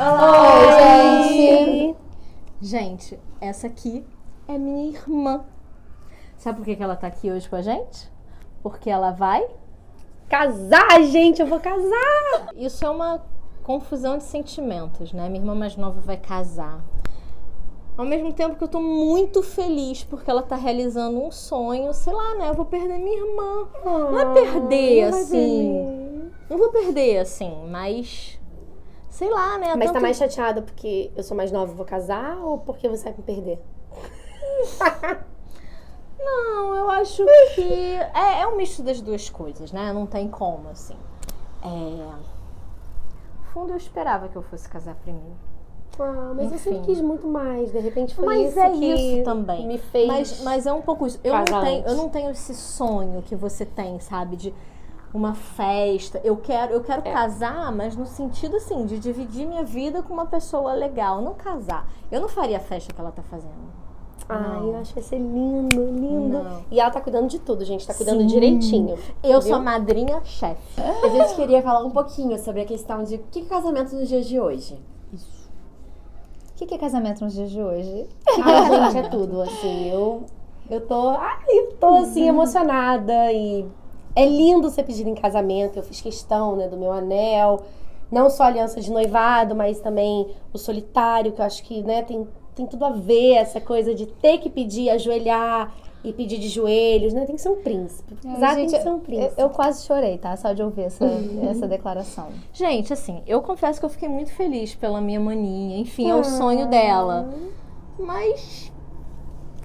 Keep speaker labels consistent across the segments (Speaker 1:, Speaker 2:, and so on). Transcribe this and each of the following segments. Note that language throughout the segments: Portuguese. Speaker 1: Olá, gente!
Speaker 2: Gente, essa aqui é minha irmã. Sabe por que que ela tá aqui hoje com a gente? Porque ela vai.
Speaker 1: Casar, gente! Eu vou casar!
Speaker 2: Isso é uma confusão de sentimentos, né? Minha irmã mais nova vai casar. Ao mesmo tempo que eu tô muito feliz porque ela tá realizando um sonho, sei lá, né? Eu vou perder minha irmã. Não
Speaker 1: Ah,
Speaker 2: é perder, assim. Não vou perder, assim, mas. Sei lá, né?
Speaker 1: Mas
Speaker 2: Tanto-
Speaker 1: tá mais chateada porque eu sou mais nova e vou casar ou porque você vai me perder?
Speaker 2: Não, eu acho que é, é um misto das duas coisas, né? Não tem como, assim. É... No fundo, eu esperava que eu fouse casar primeiro.
Speaker 1: Ah, mas eu sempre
Speaker 2: Enfim.
Speaker 1: quis muito mais. De repente foi
Speaker 2: Mas
Speaker 1: isso
Speaker 2: é
Speaker 1: que
Speaker 2: isso também.
Speaker 1: me fez...
Speaker 2: Mas, mas é um pouco isso. Eu não,
Speaker 1: Casar
Speaker 2: tenho,
Speaker 1: antes.
Speaker 2: eu não tenho esse sonho que você tem, sabe? De uma festa. Eu quero, eu quero casar, mas no sentido, assim, de dividir minha vida com uma pessoa legal. Não casar. Eu não faria a festa que ela tá fazendo.
Speaker 1: Ai,
Speaker 2: Não.
Speaker 1: eu acho que vai ser lindo, lindo.
Speaker 2: Não.
Speaker 1: E ela tá cuidando de tudo, gente. Tá cuidando
Speaker 2: Sim.
Speaker 1: direitinho.
Speaker 2: Eu
Speaker 1: Viu?
Speaker 2: sou a madrinha chefe.
Speaker 3: A gente queria falar um pouquinho sobre a questão de o que é casamento nos dias de hoje.
Speaker 4: O que, que é casamento nos dias de hoje?
Speaker 1: Ai, gente, é tudo, assim. Eu, eu tô. Ai, tô assim, emocionada. E é lindo ser pedido em casamento. Eu fiz questão, né, do meu anel. Não só a aliança de noivado, mas também o solitário, que eu acho que, né, tem, tem tudo a ver essa coisa de ter que pedir, ajoelhar e pedir de joelhos, né? Tem que ser um príncipe.
Speaker 4: Ai,
Speaker 1: Exato, tem
Speaker 4: gente,
Speaker 1: que ser um
Speaker 4: Eu,
Speaker 1: príncipe.
Speaker 4: eu quase chorei, tá? Só de ouvir essa, essa declaração.
Speaker 2: Gente, assim, eu confesso que eu fiquei muito feliz pela minha maninha. Enfim, é o sonho dela. Mas.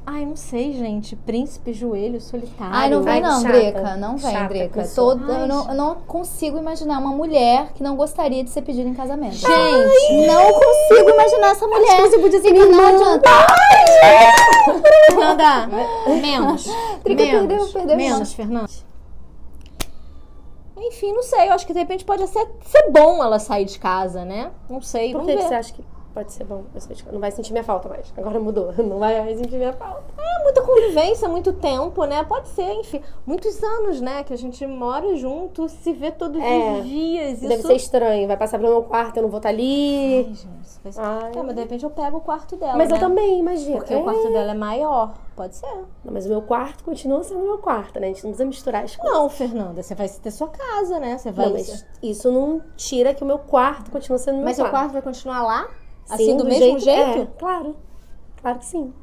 Speaker 2: Ai, não sei, gente. Príncipe, joelho, solitário.
Speaker 4: Ai, não
Speaker 1: vai,
Speaker 4: vem não,
Speaker 1: chata.
Speaker 4: Drica. Não vem,
Speaker 1: Chata
Speaker 4: Drica.
Speaker 1: pessoa.
Speaker 4: Toda- eu, não, eu não consigo imaginar uma mulher que não gostaria de ser pedida em casamento.
Speaker 2: Gente,
Speaker 4: Não consigo imaginar essa mulher. Você podia ser não adianta.
Speaker 2: Fernanda, menos.
Speaker 4: Drica
Speaker 2: menos,
Speaker 4: perdeu, perdeu.
Speaker 2: Menos, Fernanda. Enfim, não sei. Eu acho que de repente pode ser, ser bom ela sair de casa, né? Não sei.
Speaker 1: Por
Speaker 2: vamos
Speaker 1: que, que
Speaker 2: ver.
Speaker 1: você acha que pode ser bom? Eu sei de- Não vai sentir minha falta mais. Agora mudou. Não vai mais sentir minha falta.
Speaker 2: É muita convivência, muito tempo, né? Pode ser, enfim. Muitos anos, né? Que a gente mora junto, se vê todos
Speaker 1: É.
Speaker 2: os dias.
Speaker 1: Deve
Speaker 4: é
Speaker 2: isso...
Speaker 1: ser estranho. Vai passar pro meu quarto, eu não vou estar ali.
Speaker 2: Ai, gente, isso vai ser-
Speaker 1: Ai.
Speaker 2: É, mas de repente eu pego o quarto dela.
Speaker 1: Tá, Mas eu
Speaker 2: né?
Speaker 1: também, imagina.
Speaker 2: Porque
Speaker 1: É.
Speaker 2: o quarto dela é maior. Pode ser.
Speaker 1: Não, mas o meu quarto continua sendo meu quarto, né? A gente não precisa misturar as coisas.
Speaker 2: Não, Fernanda, você vai ter sua casa, né? Você vai.
Speaker 1: Não, mas isso não tira que o meu quarto continua sendo meu
Speaker 2: Mas seu
Speaker 1: quarto.
Speaker 2: quarto vai continuar lá?
Speaker 1: Sim,
Speaker 2: Assim, tá. do, mesmo jeito?
Speaker 1: É, claro. Claro que sim.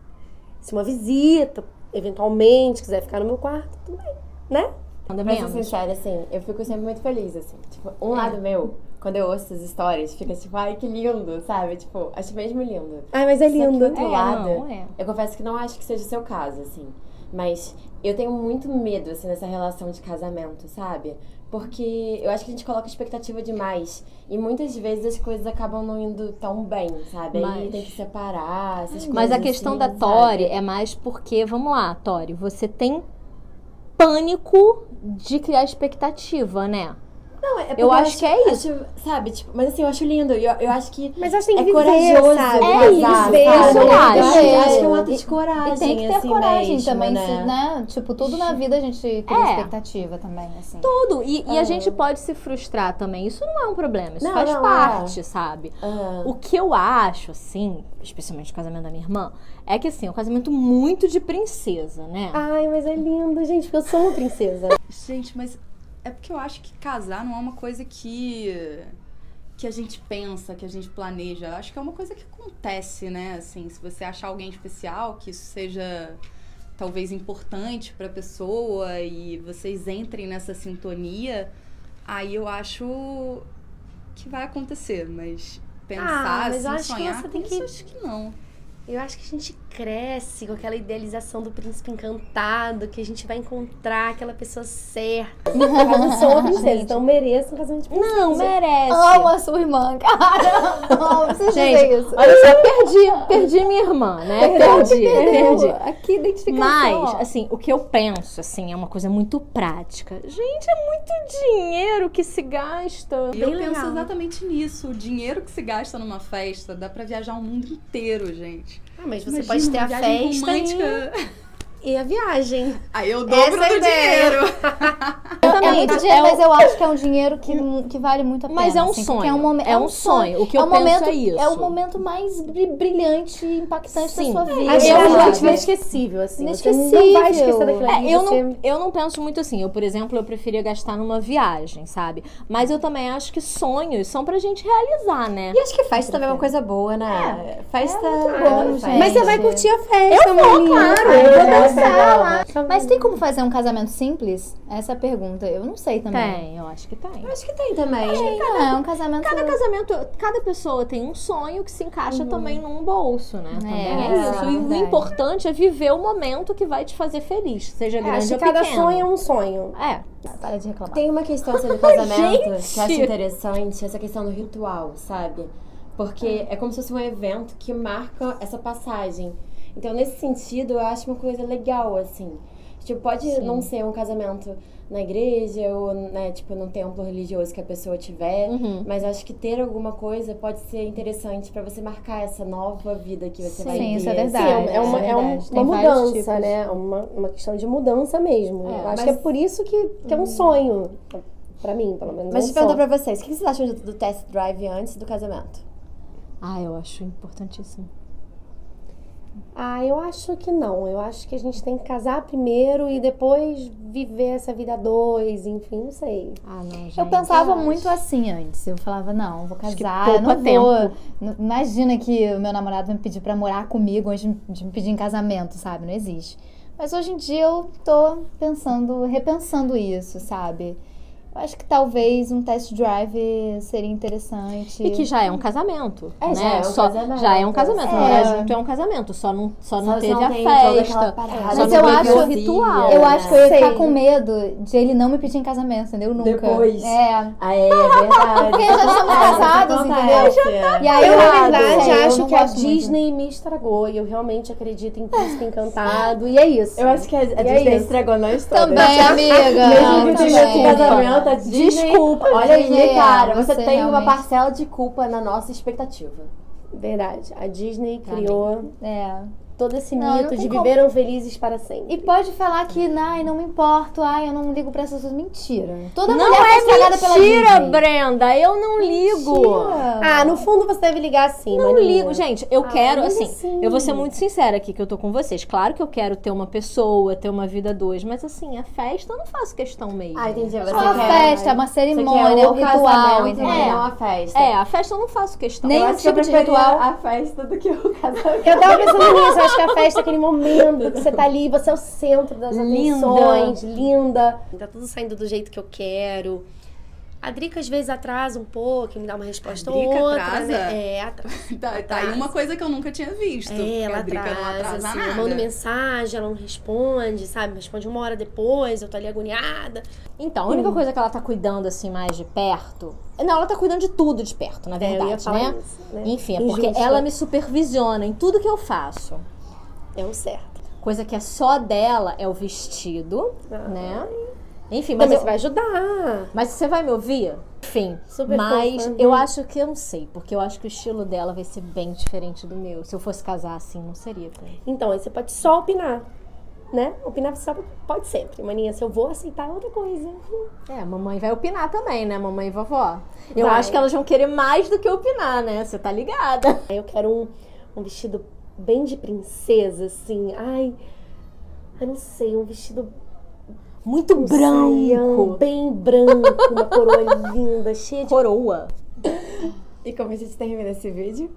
Speaker 1: Se uma visita, eventualmente, quiser ficar no meu quarto, tudo bem. Né?
Speaker 2: Fernanda,
Speaker 3: Pra ser
Speaker 2: menos.
Speaker 3: sincera, assim, eu fico sempre muito feliz, assim. Tipo, um
Speaker 1: É.
Speaker 3: lado meu, quando eu ouço essas histórias, fica tipo, ai, que lindo, sabe? Tipo, acho mesmo lindo.
Speaker 1: Ai, mas é
Speaker 3: Só que
Speaker 1: lindo.
Speaker 3: outro
Speaker 2: É,
Speaker 3: lado,
Speaker 2: não, é.
Speaker 3: Eu confesso que não acho que seja o seu caso, assim. Mas eu tenho muito medo, assim, nessa relação de casamento, sabe? Porque eu acho que a gente coloca expectativa demais. E muitas vezes as coisas acabam não indo tão bem, sabe? Aí
Speaker 2: Mas-
Speaker 3: tem que separar, essas coisas.
Speaker 2: Mas a questão
Speaker 3: assim,
Speaker 2: da
Speaker 3: sabe?
Speaker 2: Tori é mais porque, vamos lá, Tori, você tem pânico de criar expectativa, né?
Speaker 3: Não, é porque
Speaker 2: Eu acho que é
Speaker 3: isso. sabe, tipo, mas assim, eu acho lindo. e Eu, eu acho que
Speaker 1: Mas acho que tem
Speaker 3: é
Speaker 1: que viver,
Speaker 3: corajoso
Speaker 1: sabe?
Speaker 3: casar,
Speaker 2: É isso,
Speaker 3: sabe?
Speaker 2: é isso, eu
Speaker 3: acho.
Speaker 4: acho.
Speaker 3: acho que é um ato de coragem.
Speaker 4: E tem que ter
Speaker 3: assim,
Speaker 4: coragem
Speaker 3: mesmo,
Speaker 4: também,
Speaker 3: né?
Speaker 4: se- né? Tipo, tudo na vida a gente tem
Speaker 2: É.
Speaker 4: expectativa também, assim.
Speaker 2: Tudo. E, e a
Speaker 4: Ah.
Speaker 2: gente pode se frustrar também. Isso não é um problema, isso
Speaker 3: Não,
Speaker 2: faz
Speaker 3: não,
Speaker 2: parte,
Speaker 4: é.
Speaker 2: sabe?
Speaker 3: Ah,
Speaker 2: O que eu acho, assim, especialmente o casamento da minha irmã, é que assim, é um casamento muito de princesa, né?
Speaker 4: Ah,
Speaker 1: Ai, mas é lindo, gente, porque eu sou uma princesa.
Speaker 5: Gente, mas é porque eu acho que casar não é uma coisa que que a gente pensa, que a gente planeja. Eu acho que é uma coisa que acontece, né? Assim, se você achar alguém especial, que isso seja talvez importante pra pessoa e vocês entrem nessa sintonia, aí eu acho que vai acontecer, mas pensar
Speaker 1: Ah, mas eu
Speaker 5: assim,
Speaker 1: acho que
Speaker 5: sonhar
Speaker 1: você
Speaker 5: com
Speaker 1: tem
Speaker 5: isso,
Speaker 1: que-
Speaker 5: acho que não.
Speaker 1: Eu acho que a gente cresce com aquela idealização do príncipe encantado, que a gente vai encontrar aquela pessoa certa. Mas eu sou uma princesa, então eu mereço um casamento de princesa.
Speaker 2: Não,
Speaker 4: é-
Speaker 2: merece.
Speaker 4: Amo a sua irmã, cara. Amo, vocês dizem
Speaker 2: Gente,
Speaker 4: isso.
Speaker 2: olha só, perdi, perdi minha irmã, né? Perdi, perdi.
Speaker 4: Aqui, identificação.
Speaker 2: Mas,
Speaker 4: ó.
Speaker 2: assim, o que eu penso, assim, é uma coisa muito prática. Gente, é muito dinheiro que se gasta.
Speaker 5: E
Speaker 1: Bem
Speaker 5: eu
Speaker 1: legal.
Speaker 5: penso exatamente nisso. O dinheiro que se gasta numa festa dá pra viajar o mundo inteiro, gente.
Speaker 1: Ah, mas você
Speaker 5: Imagina
Speaker 1: pode ter
Speaker 5: uma
Speaker 1: a
Speaker 5: viagem
Speaker 1: festa
Speaker 5: romântica.
Speaker 1: e, e a viagem.
Speaker 5: Aí eu
Speaker 1: Essa
Speaker 5: dobro
Speaker 1: é a
Speaker 5: do
Speaker 1: ideia.
Speaker 5: dinheiro.
Speaker 4: Eu, É
Speaker 2: Exatamente.
Speaker 4: muito dinheiro,
Speaker 2: É um-
Speaker 4: mas eu acho que é um dinheiro que, que vale muito a pena.
Speaker 2: Mas é um
Speaker 4: assim, porque
Speaker 2: sonho.
Speaker 4: É um, momen-
Speaker 2: É um sonho. O que eu
Speaker 4: é um
Speaker 2: penso
Speaker 4: momento,
Speaker 2: é isso.
Speaker 4: É o momento mais bri- brilhante e impactante
Speaker 2: Sim.
Speaker 4: da sua vida.
Speaker 1: Acho que é
Speaker 4: sabe?
Speaker 1: um motivo inesquecível, assim. Você não vai esquecer daquilo ali.
Speaker 2: É, eu,
Speaker 1: você-
Speaker 2: não, eu não penso muito assim. Eu, por exemplo, eu preferia gastar numa viagem, sabe? Mas eu também acho que sonhos são pra gente realizar, né?
Speaker 3: E acho que festa também é uma coisa boa, né? festa.
Speaker 4: bom,
Speaker 3: festa.
Speaker 4: gente.
Speaker 1: Mas você vai curtir a festa, É é eu vou, claro.
Speaker 4: eu vou
Speaker 1: dançar lá.
Speaker 4: Mas tem como fazer um casamento simples? Essa é a pergunta. Eu não sei também.
Speaker 2: Tem, eu acho que tem.
Speaker 3: Eu Acho que tem também.
Speaker 4: Não, é um casamento.
Speaker 2: Cada casamento, cada pessoa tem um sonho que se encaixa também num bolso, né? Também é
Speaker 4: é
Speaker 2: isso. E o
Speaker 4: verdade.
Speaker 2: importante é viver o momento que vai te fazer feliz, seja
Speaker 1: É,
Speaker 2: grande
Speaker 1: acho
Speaker 2: ou
Speaker 1: que cada
Speaker 2: pequeno.
Speaker 1: sonho é um sonho.
Speaker 2: É,
Speaker 4: Para de reclamar.
Speaker 3: Tem uma questão sobre casamento que eu acho
Speaker 2: Gente!
Speaker 3: interessante, essa questão do ritual, sabe? Porque é como se fosse um evento que marca essa passagem. Então, nesse sentido, eu acho uma coisa legal, assim. Tipo, pode não ser um casamento na igreja ou, né, tipo, num templo religioso que a pessoa tiver. Mas acho que ter alguma coisa pode ser interessante pra você marcar essa nova vida que você vai ter.
Speaker 4: Sim, isso é
Speaker 1: Sim,
Speaker 4: verdade.
Speaker 1: é, uma, é um-
Speaker 4: verdade.
Speaker 1: uma
Speaker 4: Tem vários
Speaker 1: mudança,
Speaker 4: tipos.
Speaker 1: né? Uma, uma questão de mudança mesmo.
Speaker 3: É,
Speaker 1: eu acho
Speaker 3: mas-
Speaker 1: que é por isso que, que é um sonho. Pra mim, pelo menos.
Speaker 3: Mas
Speaker 1: é um
Speaker 3: deixa eu perguntar
Speaker 1: sonho.
Speaker 3: pra vocês, o que vocês acham do- do test drive antes do casamento?
Speaker 2: Ah, eu acho importantíssimo.
Speaker 1: Ah, eu acho que não. Eu acho que a gente tem que casar primeiro e depois viver essa vida a dois, enfim, não sei.
Speaker 2: Ah, não, gente.
Speaker 4: Eu pensava
Speaker 1: eu acho.
Speaker 4: muito assim antes. Eu falava, não, vou
Speaker 2: Acho que
Speaker 4: casar, eu não
Speaker 2: poupa tempo.
Speaker 4: vou. N- Imagina que o meu namorado vai me pedir pra morar comigo antes de me pedir em casamento, sabe? Não existe. Mas hoje em dia eu tô pensando, repensando isso, sabe? Eu acho que talvez um test drive seria interessante.
Speaker 2: E que já é um casamento,
Speaker 3: É,
Speaker 2: né?
Speaker 3: já é um
Speaker 2: só,
Speaker 3: casamento.
Speaker 2: Já é um casamento.
Speaker 4: É.
Speaker 2: Morar junto é um casamento. Só não, só não
Speaker 3: Só
Speaker 2: teve
Speaker 3: não
Speaker 2: a
Speaker 3: tem toda aquela
Speaker 2: festa.
Speaker 3: parada.
Speaker 2: Só
Speaker 4: Mas
Speaker 2: não é
Speaker 4: eu
Speaker 2: teve o
Speaker 4: acho-
Speaker 2: ritual.
Speaker 4: Eu
Speaker 3: né?
Speaker 4: acho que eu ia ficar
Speaker 1: Sei.
Speaker 4: com medo de ele não me pedir em casamento, entendeu? Nunca.
Speaker 3: Depois.
Speaker 4: É.
Speaker 3: Ah, é, é verdade.
Speaker 4: Porque já somos casados, entendeu?
Speaker 3: é.
Speaker 1: É.
Speaker 4: E aí
Speaker 1: Ah, Eu,
Speaker 4: eu,
Speaker 1: na verdade,
Speaker 4: sei, eu
Speaker 1: acho
Speaker 4: não
Speaker 1: que a
Speaker 4: gosto muito.
Speaker 1: Disney me estragou e eu realmente acredito em Cristo encantado. E é isso.
Speaker 3: Eu acho que a, a
Speaker 1: E é
Speaker 3: Disney
Speaker 1: isso.
Speaker 3: estragou nós todas.
Speaker 4: Também, amiga.
Speaker 3: Mesmo que
Speaker 1: é.
Speaker 4: Também.
Speaker 3: tenha esse casamento, a Disney...
Speaker 2: Desculpa,
Speaker 3: Olha
Speaker 4: Disney,
Speaker 3: aí,
Speaker 4: é,
Speaker 3: cara, você,
Speaker 4: você
Speaker 3: tem uma
Speaker 4: realmente-
Speaker 3: parcela de culpa na nossa expectativa. Tá
Speaker 1: Verdade. A Disney criou
Speaker 4: É.
Speaker 1: todo esse
Speaker 4: Não, não
Speaker 1: mito
Speaker 4: tem
Speaker 1: de um-
Speaker 4: como.
Speaker 1: viveram felizes para sempre.
Speaker 4: E pode falar que, ai, não me importo, ai, eu não ligo pra essas coisas. Mentira. Toda
Speaker 2: Não
Speaker 4: mulher
Speaker 3: é
Speaker 4: foi estragada pela
Speaker 2: Mentira,
Speaker 4: Disney.
Speaker 2: Brenda. Eu não ligo.
Speaker 4: Mentira.
Speaker 1: Ah, no fundo você deve ligar assim,
Speaker 2: Não
Speaker 1: maninha.
Speaker 2: ligo, um gente. Eu quero,
Speaker 1: mas
Speaker 2: assim,
Speaker 1: assim-
Speaker 2: eu vou ser muito sincera aqui que eu tô com vocês. Claro que eu quero ter uma pessoa, ter uma vida dois, mas assim, a festa eu não faço questão mesmo.
Speaker 3: Ah, entendi. Você
Speaker 4: É uma
Speaker 3: quer,
Speaker 4: festa, é uma cerimônia, é um ritual, entendeu?
Speaker 3: É,
Speaker 2: não
Speaker 3: uma festa.
Speaker 2: É, a festa eu não faço questão.
Speaker 4: Nem
Speaker 3: um
Speaker 2: Eu
Speaker 4: o
Speaker 2: acho que é
Speaker 4: tipo de ritual.
Speaker 3: a festa do que o casamento.
Speaker 1: Eu tava pensando nisso, eu acho que a festa é aquele momento que você tá ali, você é o centro das
Speaker 2: Linda.
Speaker 1: atenções, linda. Tá tudo saindo do jeito que eu quero. A Drica às vezes atrasa um pouco, me dá uma resposta
Speaker 5: A Drica
Speaker 1: ou outra,
Speaker 5: atrasa?
Speaker 1: né? É, atrasa.
Speaker 5: Tá, tá aí uma coisa que eu nunca tinha visto.
Speaker 1: É, ela
Speaker 5: que a Drica não
Speaker 1: atrasa,
Speaker 5: atrasa
Speaker 1: assim, eu
Speaker 5: nada.
Speaker 1: mando mensagem, ela não responde, sabe? Me Responde uma hora depois, eu tô ali agoniada.
Speaker 2: Então, a única coisa que ela tá cuidando, assim, mais de perto. Não, ela tá cuidando de tudo de perto, na
Speaker 1: É,
Speaker 2: verdade,
Speaker 1: eu ia falar
Speaker 2: né?
Speaker 1: isso, né?
Speaker 2: Enfim, é porque
Speaker 1: Injusta.
Speaker 2: ela me supervisiona em tudo que eu faço.
Speaker 1: É o certo.
Speaker 2: Coisa que é só dela é o vestido,
Speaker 1: Ah.
Speaker 2: né? Enfim, mas,
Speaker 1: Mas
Speaker 2: eu-
Speaker 1: você vai ajudar.
Speaker 2: mas você vai me ouvir? Enfim.
Speaker 1: Super
Speaker 2: mas
Speaker 1: fofa.
Speaker 2: eu acho que eu não sei, porque eu acho que o estilo dela vai ser bem diferente do meu. Se eu fosse casar assim, não seria. pra mim.
Speaker 1: Então, aí você pode só opinar. Né? Opinar você só pode sempre. Maninha, se eu vou aceitar é outra coisa.
Speaker 2: É, a mamãe vai opinar também, né, mamãe e vovó? Eu
Speaker 1: Vai.
Speaker 2: acho que elas vão querer mais do que opinar, né? Você tá ligada.
Speaker 1: Aí Eu quero um, um vestido bem de princesa, assim. Ai, eu não sei, um vestido
Speaker 2: Muito
Speaker 1: um saião
Speaker 2: branco.
Speaker 1: bem branco, uma coroa linda, cheia de...
Speaker 2: Coroa.
Speaker 3: E como a gente termina esse vídeo?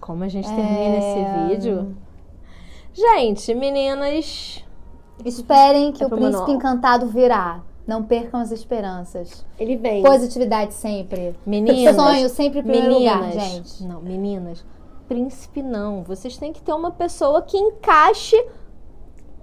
Speaker 2: Como a gente termina esse vídeo? Gente, meninas.
Speaker 4: Esperem que
Speaker 2: É
Speaker 4: o
Speaker 2: pro
Speaker 4: príncipe
Speaker 2: manual.
Speaker 4: encantado virá. Não percam as esperanças.
Speaker 1: Ele vem.
Speaker 4: Positividade sempre.
Speaker 2: Meninas.
Speaker 4: Sonho sempre em primeiro lugar,
Speaker 2: meninas.
Speaker 4: gente.
Speaker 2: Não, meninas. Príncipe não. Vocês têm que ter uma pessoa que encaixe.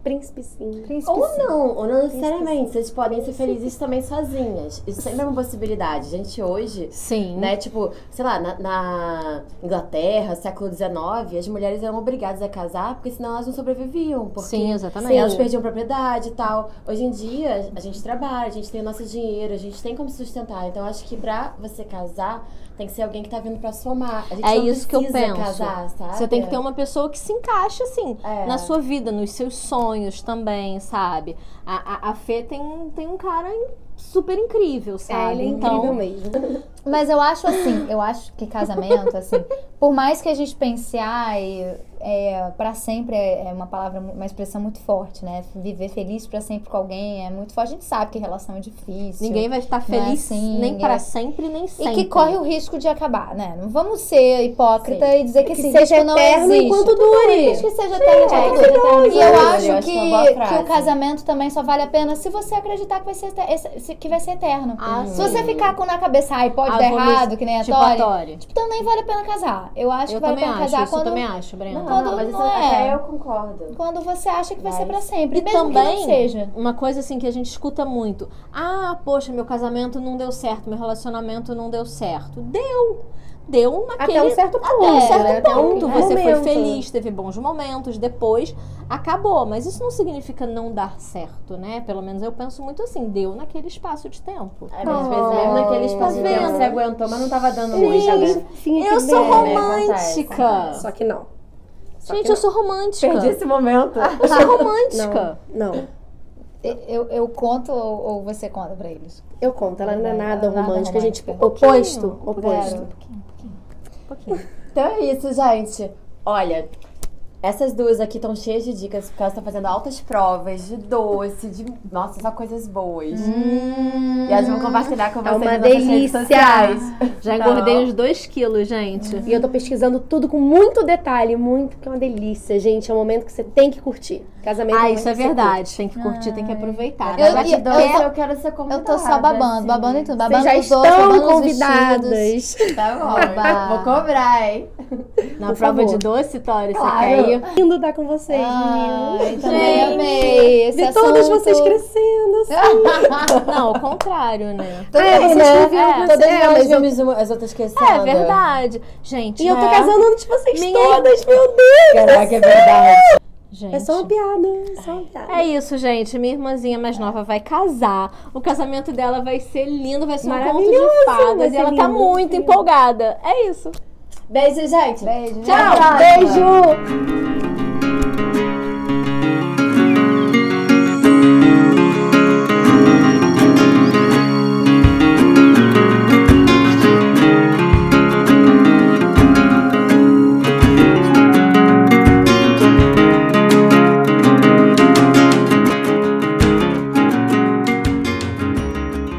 Speaker 1: Príncipe sim.
Speaker 4: Príncipe
Speaker 3: Ou
Speaker 4: sim.
Speaker 3: não, ou não necessariamente. Vocês podem ser felizes também sozinhas. Isso sempre é uma possibilidade. Gente, hoje,
Speaker 2: Sim.
Speaker 3: né, tipo, sei lá, na, na Inglaterra, século XIX, as mulheres eram obrigadas a casar, porque senão elas não sobreviviam. Porque
Speaker 2: Sim,
Speaker 3: Sim, elas
Speaker 2: exatamente.
Speaker 3: perdiam propriedade e tal. Hoje em dia, a gente trabalha, a gente tem o nosso dinheiro, a gente tem como se sustentar. Então, acho que pra você casar, tem que ser alguém que tá vindo pra somar. A gente
Speaker 2: É
Speaker 3: não
Speaker 2: isso que eu
Speaker 3: precisa
Speaker 2: penso.
Speaker 3: casar, sabe?
Speaker 2: um Você tem que ter uma pessoa que se encaixe, assim,
Speaker 3: É.
Speaker 2: na sua vida, nos seus sonhos também, sabe? A, a, a Fê tem, tem um cara in- super incrível, sabe?
Speaker 1: É, ele é
Speaker 2: então,
Speaker 1: incrível mesmo.
Speaker 4: Mas eu acho assim, eu acho que casamento, assim, por mais que a gente pense, ai, é, para sempre é é uma palavra, mu- uma expressão muito forte, né? Viver feliz pra sempre com alguém é muito forte. A gente sabe que relação é difícil.
Speaker 2: ninguém vai estar
Speaker 4: Não é
Speaker 2: feliz
Speaker 4: assim,
Speaker 2: nem
Speaker 4: é-
Speaker 2: para sempre, nem
Speaker 4: e
Speaker 2: sempre. é.
Speaker 4: que corre o risco de acabar, né? Não vamos ser hipócrita e dizer que,
Speaker 1: Que
Speaker 4: esse
Speaker 1: seja
Speaker 4: risco não
Speaker 1: eterno
Speaker 4: existe.
Speaker 1: enquanto
Speaker 4: Mas
Speaker 1: dure.
Speaker 4: que seja eterno
Speaker 1: é
Speaker 4: enquanto dure. E eu acho
Speaker 3: Eu acho
Speaker 4: que,
Speaker 3: uma boa frase.
Speaker 4: que o casamento também só vale a pena se você acreditar que vai ser, eter- esse- esse- que vai ser eterno.
Speaker 2: Ah,
Speaker 4: se
Speaker 2: sim.
Speaker 4: você ficar com na cabeça, ai, pode
Speaker 2: Ah,
Speaker 4: dar
Speaker 2: vou me-
Speaker 4: errado, que nem a
Speaker 2: tipo
Speaker 4: Tori.
Speaker 2: a Tori.
Speaker 4: Então nem vale a pena casar. Eu acho
Speaker 2: Eu
Speaker 4: que vale a
Speaker 2: também
Speaker 4: pena
Speaker 2: acho,
Speaker 4: casar
Speaker 2: isso eu
Speaker 4: quando,
Speaker 2: também acho, Breno.
Speaker 4: Não, quando
Speaker 3: mas isso
Speaker 4: não é.
Speaker 3: até eu concordo.
Speaker 4: quando você acha que vai ser
Speaker 3: Mas-
Speaker 4: pra sempre.
Speaker 2: E
Speaker 4: mesmo que
Speaker 2: também-
Speaker 4: não seja.
Speaker 2: Uma coisa assim que a gente escuta muito. Ah, poxa, meu casamento não deu certo, meu relacionamento não deu certo. Deu. Deu naquele
Speaker 1: Até um certo ponto.
Speaker 2: até um certo
Speaker 1: né? Até um
Speaker 2: ponto. Você foi
Speaker 1: momento.
Speaker 2: feliz, teve bons momentos, depois acabou. Mas isso não significa não dar certo, né? Pelo menos eu penso muito assim, deu naquele espaço de tempo.
Speaker 3: É, mas às
Speaker 1: Ah,
Speaker 3: vezes
Speaker 2: Tá
Speaker 3: mesmo naquele espaço de tempo
Speaker 2: vendo?
Speaker 3: você aguentou, mas não tava dando muito.
Speaker 1: Sim,
Speaker 3: sabe? né,
Speaker 1: sim,
Speaker 2: Eu
Speaker 1: que
Speaker 2: sou
Speaker 1: bem.
Speaker 3: romântica.
Speaker 2: romântica.
Speaker 1: Só que não. Só
Speaker 2: Gente,
Speaker 1: que
Speaker 2: eu sou romântica.
Speaker 3: Perdi esse momento.
Speaker 2: Eu sou
Speaker 1: não.
Speaker 2: romântica.
Speaker 1: Não, não.
Speaker 4: Eu, eu conto ou, ou você conta pra eles?
Speaker 1: Eu conto, ela não é nada
Speaker 4: Nada
Speaker 1: romântica,
Speaker 4: romântica.
Speaker 1: gente. tipo,
Speaker 2: Um pouquinho,
Speaker 1: Oposto,
Speaker 2: um
Speaker 1: oposto.
Speaker 2: Um pouquinho.
Speaker 3: Então é isso, gente. Olha, essas duas aqui estão cheias de dicas, porque elas estão fazendo altas provas de doce, de. Nossa, só coisas boas. E elas vão compartilhar com
Speaker 1: Hum. É
Speaker 3: vocês
Speaker 1: uma
Speaker 3: nas nossas redes sociais.
Speaker 1: delícia.
Speaker 2: Já
Speaker 3: Não.
Speaker 2: engordei uns 2 quilos, gente.
Speaker 1: E eu tô pesquisando tudo com muito detalhe, muito, que é uma delícia, gente. É um momento que você tem que curtir. Casamento
Speaker 2: Ah,
Speaker 1: um
Speaker 2: isso é
Speaker 1: momento que você
Speaker 2: verdade. Tem que curtir, tem que aproveitar.
Speaker 4: Eu-
Speaker 2: Mas
Speaker 4: eu-
Speaker 3: Gratidão,
Speaker 4: eu-
Speaker 3: eu quero ser convidada.
Speaker 4: Eu tô só babando,
Speaker 3: assim.
Speaker 4: babando em tudo.
Speaker 1: curte. Vocês
Speaker 4: Babando
Speaker 1: já
Speaker 4: nos outros,
Speaker 1: estão
Speaker 4: babando nos
Speaker 1: convidadas.
Speaker 4: vestidos.
Speaker 3: Tá bom.
Speaker 4: Oba.
Speaker 3: Vou cobrar, hein?
Speaker 2: Na prova
Speaker 1: Por favor.
Speaker 2: de doce, Tori,
Speaker 3: Claro.
Speaker 2: você quer ir?
Speaker 1: Lindo estar com vocês,
Speaker 2: Ah,
Speaker 4: Ai,
Speaker 1: meninas.
Speaker 4: também
Speaker 2: Gente,
Speaker 4: amei esse
Speaker 2: é
Speaker 1: Vi todas
Speaker 4: assunto.
Speaker 1: vocês crescendo. assim.
Speaker 2: Não, ao contrário, né?
Speaker 4: Todas
Speaker 1: É,
Speaker 4: vocês
Speaker 1: né?
Speaker 4: viviam
Speaker 1: É,
Speaker 4: com-
Speaker 1: todas
Speaker 3: É,
Speaker 1: elas
Speaker 3: nós vimos uma- as outras crescendo.
Speaker 2: É verdade. Gente,
Speaker 1: E eu tô
Speaker 2: né?
Speaker 1: casando antes de vocês
Speaker 2: Minha-
Speaker 1: todas, meu Deus.
Speaker 3: Caraca, é verdade.
Speaker 2: Gente.
Speaker 1: É só uma piada, é só uma piada.
Speaker 2: É isso, gente. Minha irmãzinha mais nova vai casar. O casamento dela vai ser lindo, vai ser um conto de
Speaker 1: Maravilhoso, vai
Speaker 2: fadas. E
Speaker 1: ser
Speaker 2: ela tá
Speaker 1: lindo.
Speaker 2: muito empolgada. É isso.
Speaker 3: Beijo, gente.
Speaker 4: Beijo.
Speaker 2: Tchau.
Speaker 4: Até a próxima.
Speaker 1: Beijo!